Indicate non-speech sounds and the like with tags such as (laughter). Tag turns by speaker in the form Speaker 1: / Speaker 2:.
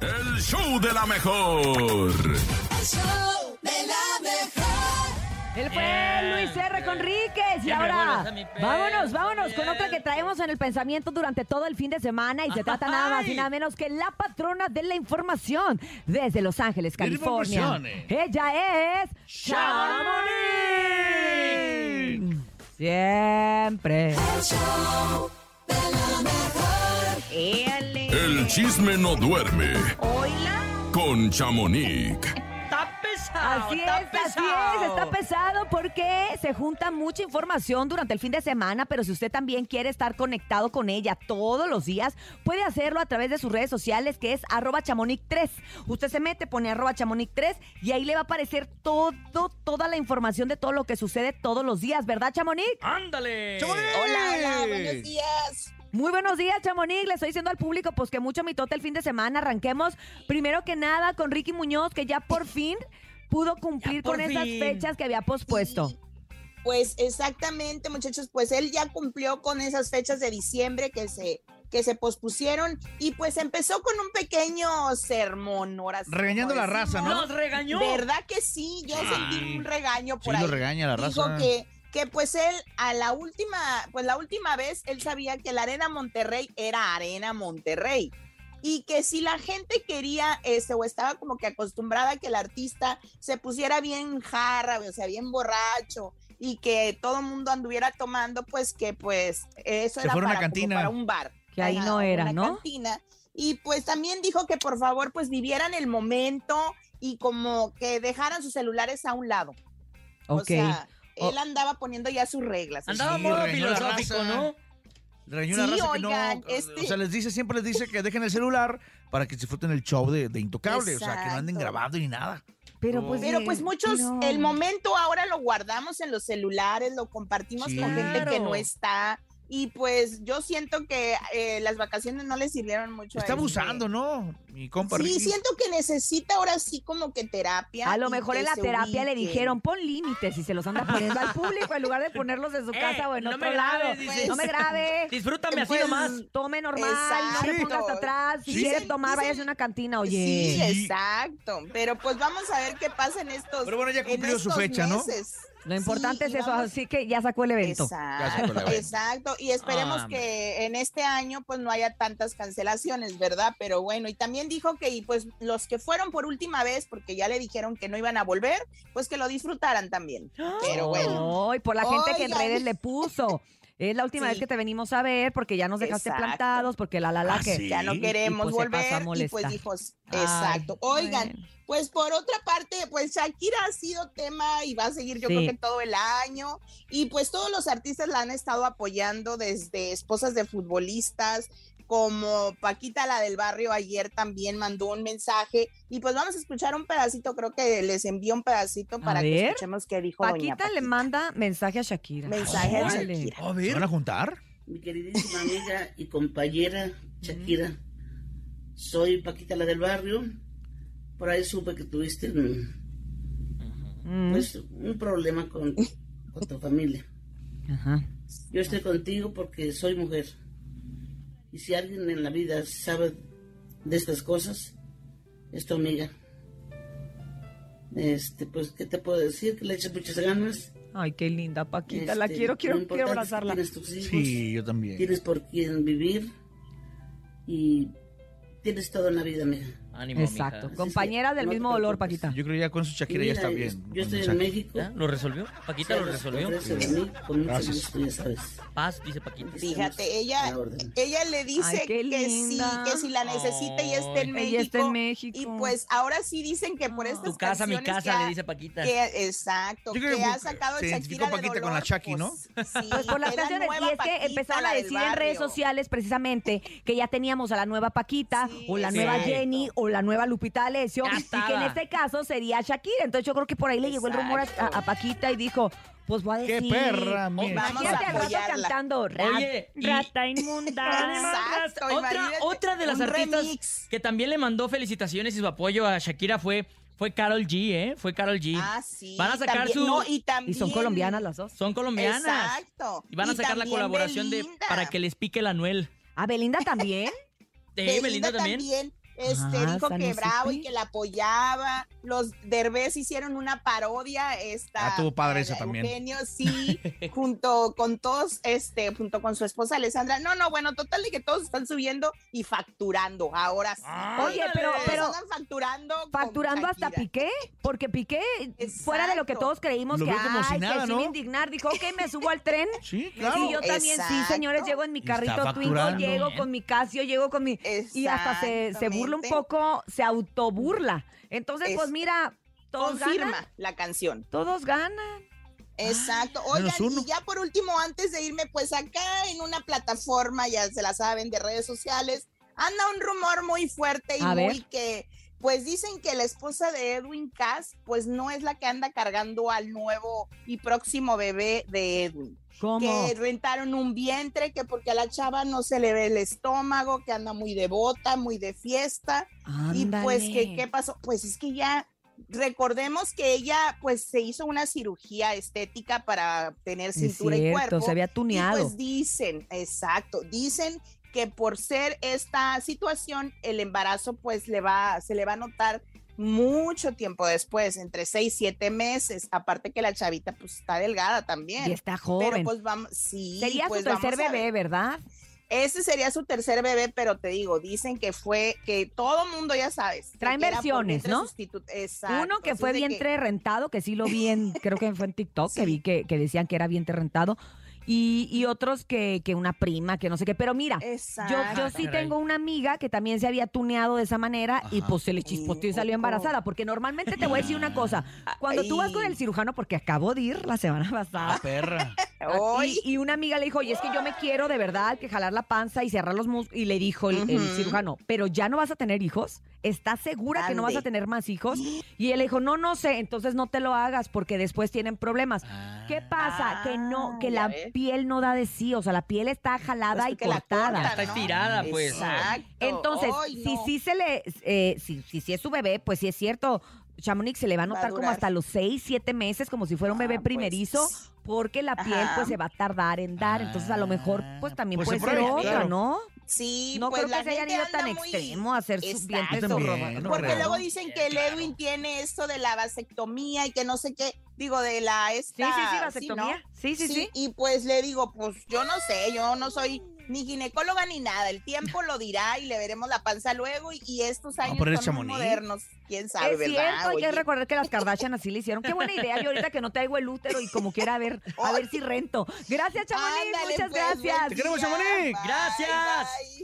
Speaker 1: el show de la mejor.
Speaker 2: El show de la mejor.
Speaker 3: Él fue
Speaker 4: Bien.
Speaker 3: Luis R. Conríquez. Y
Speaker 4: Ya me
Speaker 3: ahora,
Speaker 4: vuelves a mi pecho.
Speaker 3: vámonos, vámonos con otra que
Speaker 4: Bien.
Speaker 3: traemos en el pensamiento durante todo el fin de semana. Y se trata nada más y
Speaker 4: Ay.
Speaker 3: nada menos que la patrona de la información desde Los Ángeles,
Speaker 4: De la
Speaker 3: California.
Speaker 4: información, eh.
Speaker 3: Ella es. Chamonix. Siempre.
Speaker 2: El show de la mejor.
Speaker 1: El chisme no duerme con Chamonix.
Speaker 4: Está pesado.
Speaker 3: Así es,
Speaker 4: está
Speaker 3: así
Speaker 4: pesado.
Speaker 3: es, está pesado porque se junta mucha información durante el fin de semana, pero si usted también quiere estar conectado con ella todos los días, puede hacerlo a través de sus redes sociales, que es arroba chamonix3. Usted se mete, pone arroba chamonix3 y ahí le va a aparecer todo, toda la información de todo lo que sucede todos los días, ¿verdad, Chamonix?
Speaker 4: Ándale.
Speaker 2: Hola, hola, buenos días.
Speaker 3: Muy buenos días, Chamonix. Le estoy diciendo al público, pues que mucho mitote el fin de semana. Arranquemos primero que nada con Ricky Muñoz, que ya por fin pudo cumplir
Speaker 4: por
Speaker 3: con esas
Speaker 4: fin.
Speaker 3: fechas que había pospuesto.
Speaker 5: Pues exactamente, muchachos, pues él ya cumplió con esas fechas de diciembre que se que se pospusieron y pues empezó con un pequeño sermón, ahora sí,
Speaker 6: Regañando
Speaker 5: como
Speaker 6: la raza, ¿no?
Speaker 4: Nos regañó.
Speaker 5: ¿Verdad que sí? Yo sentí un regaño
Speaker 6: Sí,
Speaker 5: por
Speaker 6: lo
Speaker 5: ahí.
Speaker 6: regaña la
Speaker 5: Dijo
Speaker 6: raza.
Speaker 5: que que pues él a la última, pues la última vez él sabía que la Arena Monterrey era Arena Monterrey y que si la gente quería este o estaba como que acostumbrada a que el artista se pusiera bien jarra, o sea, bien borracho y que todo el mundo anduviera tomando, pues que pues eso
Speaker 6: Se
Speaker 5: era para,
Speaker 6: fuera una
Speaker 5: como
Speaker 6: cantina.
Speaker 5: para un bar.
Speaker 3: Que ahí no
Speaker 5: Ajá,
Speaker 3: era,
Speaker 5: una
Speaker 3: ¿no?
Speaker 5: cantina. Y pues también dijo que por favor pues vivieran el momento y como que dejaran sus celulares a un lado.
Speaker 3: Ok.
Speaker 5: O sea,
Speaker 3: O-
Speaker 5: él andaba poniendo ya sus reglas.
Speaker 4: Andaba
Speaker 6: Sí,
Speaker 4: modo
Speaker 6: regañó la
Speaker 4: filosófico,
Speaker 6: raza.
Speaker 4: ¿no?
Speaker 6: Regañó la
Speaker 5: Sí,
Speaker 6: raza
Speaker 5: oigan,
Speaker 6: que no.
Speaker 5: este-
Speaker 6: O sea, les dice, siempre les dice que dejen el celular para que disfruten el show de, de Intocable. O sea, que no anden
Speaker 5: Exacto.
Speaker 6: grabando ni nada.
Speaker 3: Pero pues,
Speaker 5: Pero
Speaker 3: eh,
Speaker 5: pues muchos,
Speaker 3: no.
Speaker 5: el momento ahora lo guardamos en los celulares, lo compartimos
Speaker 6: Sí.
Speaker 5: con gente que
Speaker 4: Claro.
Speaker 5: no está. Y pues yo siento que eh, las vacaciones no le sirvieron mucho. a
Speaker 6: Está
Speaker 5: este-
Speaker 6: abusando, ¿no? Mi compa
Speaker 5: Sí,
Speaker 6: Ricky.
Speaker 5: siento que necesita ahora sí como que terapia.
Speaker 3: A lo
Speaker 5: y
Speaker 3: mejor
Speaker 5: que
Speaker 3: en la
Speaker 5: se
Speaker 3: terapia le
Speaker 5: ubique.
Speaker 3: dijeron, pon límites y se los anda
Speaker 5: (laughs)
Speaker 3: poniendo al público en lugar de ponerlos en su
Speaker 4: Eh,
Speaker 3: casa o en
Speaker 4: no
Speaker 3: otro
Speaker 4: me
Speaker 3: lado.
Speaker 4: grabes, dice.
Speaker 3: No me
Speaker 5: (laughs)
Speaker 3: grabe.
Speaker 4: Disfrútame así
Speaker 5: Pues,
Speaker 4: nomás.
Speaker 3: Tome normal, no le
Speaker 5: Exacto.
Speaker 3: pongas atrás. Si
Speaker 5: Sí.
Speaker 3: quieres
Speaker 5: Dicen-
Speaker 3: tomar,
Speaker 5: dicen-
Speaker 3: vayas a una cantina, oye.
Speaker 5: Sí,
Speaker 6: Sí.
Speaker 5: exacto. Pero pues vamos a ver qué pasa en estos.
Speaker 6: Pero bueno, ya
Speaker 5: en
Speaker 6: cumplió su
Speaker 5: estos
Speaker 6: fecha, ¿no?
Speaker 5: meses.
Speaker 3: Lo importante
Speaker 5: Sí,
Speaker 3: es
Speaker 5: y
Speaker 3: eso,
Speaker 5: vamos-
Speaker 3: así que ya sacó el evento.
Speaker 6: Ya sacó la
Speaker 5: Exacto,
Speaker 6: venta. Ah,
Speaker 5: exacto. Y esperemos
Speaker 4: Hombre.
Speaker 5: que en este año pues no haya tantas cancelaciones, ¿verdad? Pero bueno, y también dijo que y pues los que fueron por última vez, porque ya le dijeron que no iban a volver, pues que lo disfrutaran también. Pero bueno.
Speaker 3: Ah. Ay, por la gente que en
Speaker 5: Oigan.
Speaker 3: redes le puso. Es la última
Speaker 5: Sí.
Speaker 3: vez que te venimos a ver porque ya nos dejaste
Speaker 5: Exacto.
Speaker 3: plantados, porque la la la
Speaker 6: Ah,
Speaker 3: que.
Speaker 6: sí.
Speaker 5: Ya no queremos
Speaker 3: Y, pues, se pasó a
Speaker 5: volver. Y pues
Speaker 3: molestar.
Speaker 5: dijo,
Speaker 3: Ay,
Speaker 5: exacto. Oigan,
Speaker 3: bueno.
Speaker 5: Pues por otra parte, pues Shakira ha sido tema y va a seguir yo
Speaker 3: Sí.
Speaker 5: creo que todo el año. Y pues todos los artistas la han estado apoyando desde esposas de futbolistas, como Paquita la del barrio ayer también mandó un mensaje. Y pues vamos a escuchar un pedacito, creo que les envió un pedacito
Speaker 3: A
Speaker 5: para que
Speaker 3: ver.
Speaker 5: escuchemos qué dijo. doña
Speaker 3: Paquita le manda mensaje a Shakira.
Speaker 5: Mensaje a
Speaker 3: Órale.
Speaker 5: Shakira.
Speaker 6: A ver. ¿Se van a juntar?
Speaker 7: Mi queridísima amiga y compañera Shakira, soy Paquita la del barrio. Por ahí supe que tuviste un,
Speaker 3: Mm,
Speaker 7: pues, un problema con, con tu familia.
Speaker 3: Ajá.
Speaker 7: Yo estoy contigo porque soy mujer. Y si alguien en la vida sabe de estas cosas, es tu amiga. Este, pues, ¿qué te puedo decir? Que le eches muchas ganas.
Speaker 3: Ay, qué linda Paquita, la
Speaker 7: Este,
Speaker 3: quiero,
Speaker 7: lo
Speaker 3: quiero, quiero
Speaker 7: importante es que
Speaker 3: abrazarla.
Speaker 7: tienes tus hijos.
Speaker 6: Sí, yo también.
Speaker 7: tienes por quién vivir y tienes todo en la vida, amiga.
Speaker 4: Ánimo,
Speaker 3: Exacto.
Speaker 4: mija.
Speaker 7: Así es
Speaker 3: Compañeras
Speaker 7: que
Speaker 3: del
Speaker 7: no te
Speaker 3: mismo olor,
Speaker 7: preocupes.
Speaker 3: Paquita.
Speaker 6: Yo creo que ya con su
Speaker 7: Y
Speaker 6: Shakira Ah, ya
Speaker 7: mira,
Speaker 6: está
Speaker 7: es-
Speaker 6: bien. con
Speaker 7: Yo
Speaker 6: el
Speaker 7: estoy en
Speaker 6: mensaje.
Speaker 7: México.
Speaker 4: ¿Ya? ¿Lo resolvió? Paquita lo
Speaker 7: Sabes,
Speaker 4: resolvió.
Speaker 7: ofreces a mí con mucho
Speaker 6: Gracias.
Speaker 7: gusto, ya sabes.
Speaker 4: Paz, dice Paquita.
Speaker 7: Aquí
Speaker 5: Fíjate,
Speaker 7: estamos
Speaker 5: ella-
Speaker 7: a la orden.
Speaker 5: Ella le dice
Speaker 3: Ay, qué
Speaker 5: que sí,
Speaker 3: linda.
Speaker 5: que si la necesita y esté en México.
Speaker 3: Ella está en México.
Speaker 5: Y pues ahora sí dicen que por
Speaker 3: Ah.
Speaker 5: estas
Speaker 4: Tu casa, mi
Speaker 5: canciones que
Speaker 4: casa,
Speaker 5: ha-
Speaker 4: le dice Paquita.
Speaker 5: Que, exacto,
Speaker 6: Yo
Speaker 5: que,
Speaker 6: creo que
Speaker 5: ha sacado
Speaker 6: se
Speaker 5: el
Speaker 6: identificó
Speaker 5: Shakira
Speaker 6: Paquita
Speaker 5: de
Speaker 6: con la
Speaker 5: dolor,
Speaker 6: Shaki, ¿no?
Speaker 5: Pues, sí,
Speaker 3: Pues por las
Speaker 5: que era
Speaker 3: canciones, y
Speaker 5: nueva
Speaker 3: es que
Speaker 5: Paquita
Speaker 3: empezaron a
Speaker 5: del
Speaker 3: decir en redes
Speaker 5: barrio.
Speaker 3: sociales precisamente que ya teníamos a la nueva Paquita,
Speaker 5: Sí,
Speaker 3: o la
Speaker 4: sí.
Speaker 3: nueva Jenny, o la nueva Lupita Alessio,
Speaker 4: Ya
Speaker 3: y que en
Speaker 4: estaba.
Speaker 3: este caso sería Shakira. Entonces yo creo que por ahí le llegó el rumor a,
Speaker 5: Exacto.
Speaker 3: a Paquita y dijo, pues voy a
Speaker 6: ¡Qué
Speaker 3: decir.
Speaker 6: perra, mía!
Speaker 5: Vamos a
Speaker 3: Imagínate al rato
Speaker 5: apoyarla.
Speaker 3: cantando "Ra-
Speaker 4: Oye, y-
Speaker 3: rata inmunda.
Speaker 5: Exacto,
Speaker 4: otra,
Speaker 5: imagínate,
Speaker 4: otra de las
Speaker 5: un
Speaker 4: artistas
Speaker 5: remix.
Speaker 4: que también le mandó felicitaciones y su apoyo a Shakira fue, fue Carol G, ¿eh? Fue Carol G.
Speaker 5: Ah, sí.
Speaker 4: Van a sacar
Speaker 5: también-
Speaker 4: su-
Speaker 5: no, y,
Speaker 3: Y son
Speaker 5: también-
Speaker 3: colombianas las dos.
Speaker 4: Son colombianas.
Speaker 5: Exacto.
Speaker 4: Y van a sacar la
Speaker 5: también
Speaker 4: colaboración de
Speaker 5: Belinda.
Speaker 4: para que les pique la nuel.
Speaker 3: ¿A Belinda también?
Speaker 4: Eh, Belinda también.
Speaker 5: Este,
Speaker 3: Ah,
Speaker 5: dijo
Speaker 3: esa
Speaker 5: que
Speaker 3: no
Speaker 5: bravo y
Speaker 3: supe.
Speaker 5: que la apoyaba. Los Derbez hicieron una parodia. Esta,
Speaker 6: Ah, tuvo padre eso
Speaker 5: eh,
Speaker 6: también.
Speaker 5: Eugenio,
Speaker 6: (laughs)
Speaker 5: sí, junto con todos, este, junto con su esposa Alessandra. No, no, bueno, total de que todos están subiendo y facturando. Ahora sí.
Speaker 3: Oye, pero,
Speaker 5: Todos
Speaker 3: pero
Speaker 5: andan facturando. con
Speaker 3: facturando hasta
Speaker 5: Shakira.
Speaker 3: Piqué, porque Piqué, fuera de lo que
Speaker 5: Exacto.
Speaker 3: todos creímos
Speaker 6: Lo
Speaker 3: que,
Speaker 6: vio como si
Speaker 3: ay, que
Speaker 6: nada,
Speaker 3: sin
Speaker 6: ¿no?
Speaker 3: indignar, dijo, ok, me subo al tren.
Speaker 6: Sí, (laughs) claro.
Speaker 3: Y yo también, sí,
Speaker 5: Exacto.
Speaker 3: señores, llego en mi
Speaker 6: Y está
Speaker 3: carrito Twingo,
Speaker 6: facturando.
Speaker 3: llego con mi Casio, llego con mi... Y hasta se, se burla un
Speaker 5: Exactamente.
Speaker 3: poco, se autoburla. Entonces,
Speaker 5: Es-
Speaker 3: pues mira, todos
Speaker 5: Confirma
Speaker 3: ganan.
Speaker 5: la canción.
Speaker 3: Todos ganan.
Speaker 5: Exacto.
Speaker 3: Ah,
Speaker 5: Oigan,
Speaker 6: menos uno.
Speaker 5: y ya por último, antes de irme, pues acá en una plataforma, ya se la saben, de redes sociales, anda un rumor muy fuerte y
Speaker 3: A
Speaker 5: muy
Speaker 3: ver.
Speaker 5: que, pues dicen que la esposa de Edwin Cass, pues no es la que anda cargando al nuevo y próximo bebé de Edwin.
Speaker 3: ¿Cómo?
Speaker 5: Que rentaron un vientre, que porque a la chava no se le ve el estómago, que anda muy devota, muy de fiesta. Y pues, ¿qué,
Speaker 3: Ándale.
Speaker 5: ¿qué pasó? Pues es que ya recordemos que ella pues se hizo una cirugía estética para tener
Speaker 3: Es
Speaker 5: cintura y
Speaker 3: cierto,
Speaker 5: cuerpo.
Speaker 3: se había
Speaker 5: y
Speaker 3: tuneado.
Speaker 5: pues dicen, exacto, dicen que por ser esta situación el embarazo pues le va se le va a notar mucho tiempo después, entre seis, siete meses, aparte que la chavita pues está delgada también.
Speaker 3: y está
Speaker 5: Pero
Speaker 3: joven.
Speaker 5: pues vamos, sí,
Speaker 3: Sería
Speaker 5: pues
Speaker 3: su tercer
Speaker 5: vamos a ver.
Speaker 3: bebé, ¿verdad?
Speaker 5: Ese sería su tercer bebé, pero te digo, dicen que fue, que todo mundo ya sabes. que
Speaker 3: Traen
Speaker 5: era por
Speaker 3: versiones,
Speaker 5: vientre
Speaker 3: ¿no?
Speaker 5: sustitu- Exacto.
Speaker 3: Uno que
Speaker 5: así
Speaker 3: fue
Speaker 5: de
Speaker 3: vientre rentado, que sí lo
Speaker 5: (laughs)
Speaker 3: vi en, creo que fue en TikTok, que
Speaker 5: Sí.
Speaker 3: vi que, que decían que era vientre rentado. Y, y otros que, que una prima, que no sé qué. Pero mira,
Speaker 5: Exacto.
Speaker 3: yo, yo sí
Speaker 4: Caray.
Speaker 3: tengo una amiga que también se había tuneado de esa manera y
Speaker 6: Ajá.
Speaker 3: pues se le chispoteó y salió
Speaker 5: Ojo.
Speaker 3: embarazada. Porque normalmente te voy a decir una cosa. Cuando tú vas con el cirujano, porque acabo de ir la semana pasada,
Speaker 6: Ah,
Speaker 5: (laughs)
Speaker 6: perra.
Speaker 5: Hoy,
Speaker 3: y, y una amiga le dijo, oye, es que yo me quiero de verdad que jalar la panza y cerrar los músculos. Y le dijo el, el
Speaker 5: Ujú.
Speaker 3: cirujano, pero ya no vas a tener hijos. ¿Estás segura que no vas a
Speaker 5: Ande.
Speaker 3: tener
Speaker 5: (gasps)
Speaker 3: más hijos? Y él le dijo, no, no sé, entonces no te lo hagas porque después tienen problemas. ¿Qué pasa? que no, que
Speaker 5: Ah, ya
Speaker 3: la
Speaker 5: ves.
Speaker 3: piel no da de sí, o sea, la piel está jalada
Speaker 5: Pues
Speaker 3: y
Speaker 5: que la
Speaker 3: cortada.
Speaker 5: cortan,
Speaker 4: Está
Speaker 5: ¿no?
Speaker 4: estirada, pues.
Speaker 5: Exacto.
Speaker 3: Entonces,
Speaker 5: Ay,
Speaker 3: si
Speaker 5: no.
Speaker 3: sí se le, eh, si, si, sí es su bebé, pues sí es cierto, Chamonix se le va a
Speaker 5: Va a
Speaker 3: notar como
Speaker 5: durar.
Speaker 3: hasta los 6, 7 meses, como si fuera un
Speaker 5: Ah,
Speaker 3: bebé
Speaker 5: pues,
Speaker 3: primerizo, porque la piel
Speaker 5: Ajá.
Speaker 3: pues se va a tardar en dar, entonces a lo mejor pues también
Speaker 6: Pues,
Speaker 3: puede
Speaker 6: se
Speaker 3: ser
Speaker 6: pruebe,
Speaker 3: otra,
Speaker 6: claro.
Speaker 3: ¿no?
Speaker 5: Sí,
Speaker 3: No
Speaker 5: pues
Speaker 3: creo
Speaker 5: la
Speaker 3: que se hayan
Speaker 5: gente
Speaker 3: ido
Speaker 5: anda
Speaker 3: tan
Speaker 5: muy-
Speaker 3: extremo a hacer sus
Speaker 5: Exacto.
Speaker 3: vientres
Speaker 6: Yo también,
Speaker 3: horrorosos.
Speaker 6: no
Speaker 5: Porque
Speaker 6: creo.
Speaker 5: luego dicen que el Edwin tiene esto de la vasectomía y que no sé qué, digo, de la
Speaker 3: Sí, sí,
Speaker 5: esta...
Speaker 3: sí,
Speaker 5: ¿no?
Speaker 3: vasectomía. Sí, sí, sí.
Speaker 5: Y pues le digo, pues yo no sé, yo no soy ni ginecóloga ni nada. El tiempo lo dirá y le veremos la panza luego y, y estos años
Speaker 6: pero eres
Speaker 5: son muy
Speaker 6: Chamonix.
Speaker 5: modernos. ¿Quién sabe,
Speaker 3: Es
Speaker 5: verdad?
Speaker 3: cierto, hay que
Speaker 5: Oye,
Speaker 3: recordar que las Kardashian así le hicieron. Qué buena idea. Yo ahorita que no traigo el útero y como quiera a ver,
Speaker 5: (laughs)
Speaker 3: a ver si rento. Gracias, Chamonix.
Speaker 5: ándale, pues,
Speaker 3: Muchas
Speaker 5: buen
Speaker 3: gracias.
Speaker 6: Te queremos,
Speaker 5: día.
Speaker 6: Chamonix.
Speaker 5: Bye,
Speaker 4: Gracias.
Speaker 5: bye.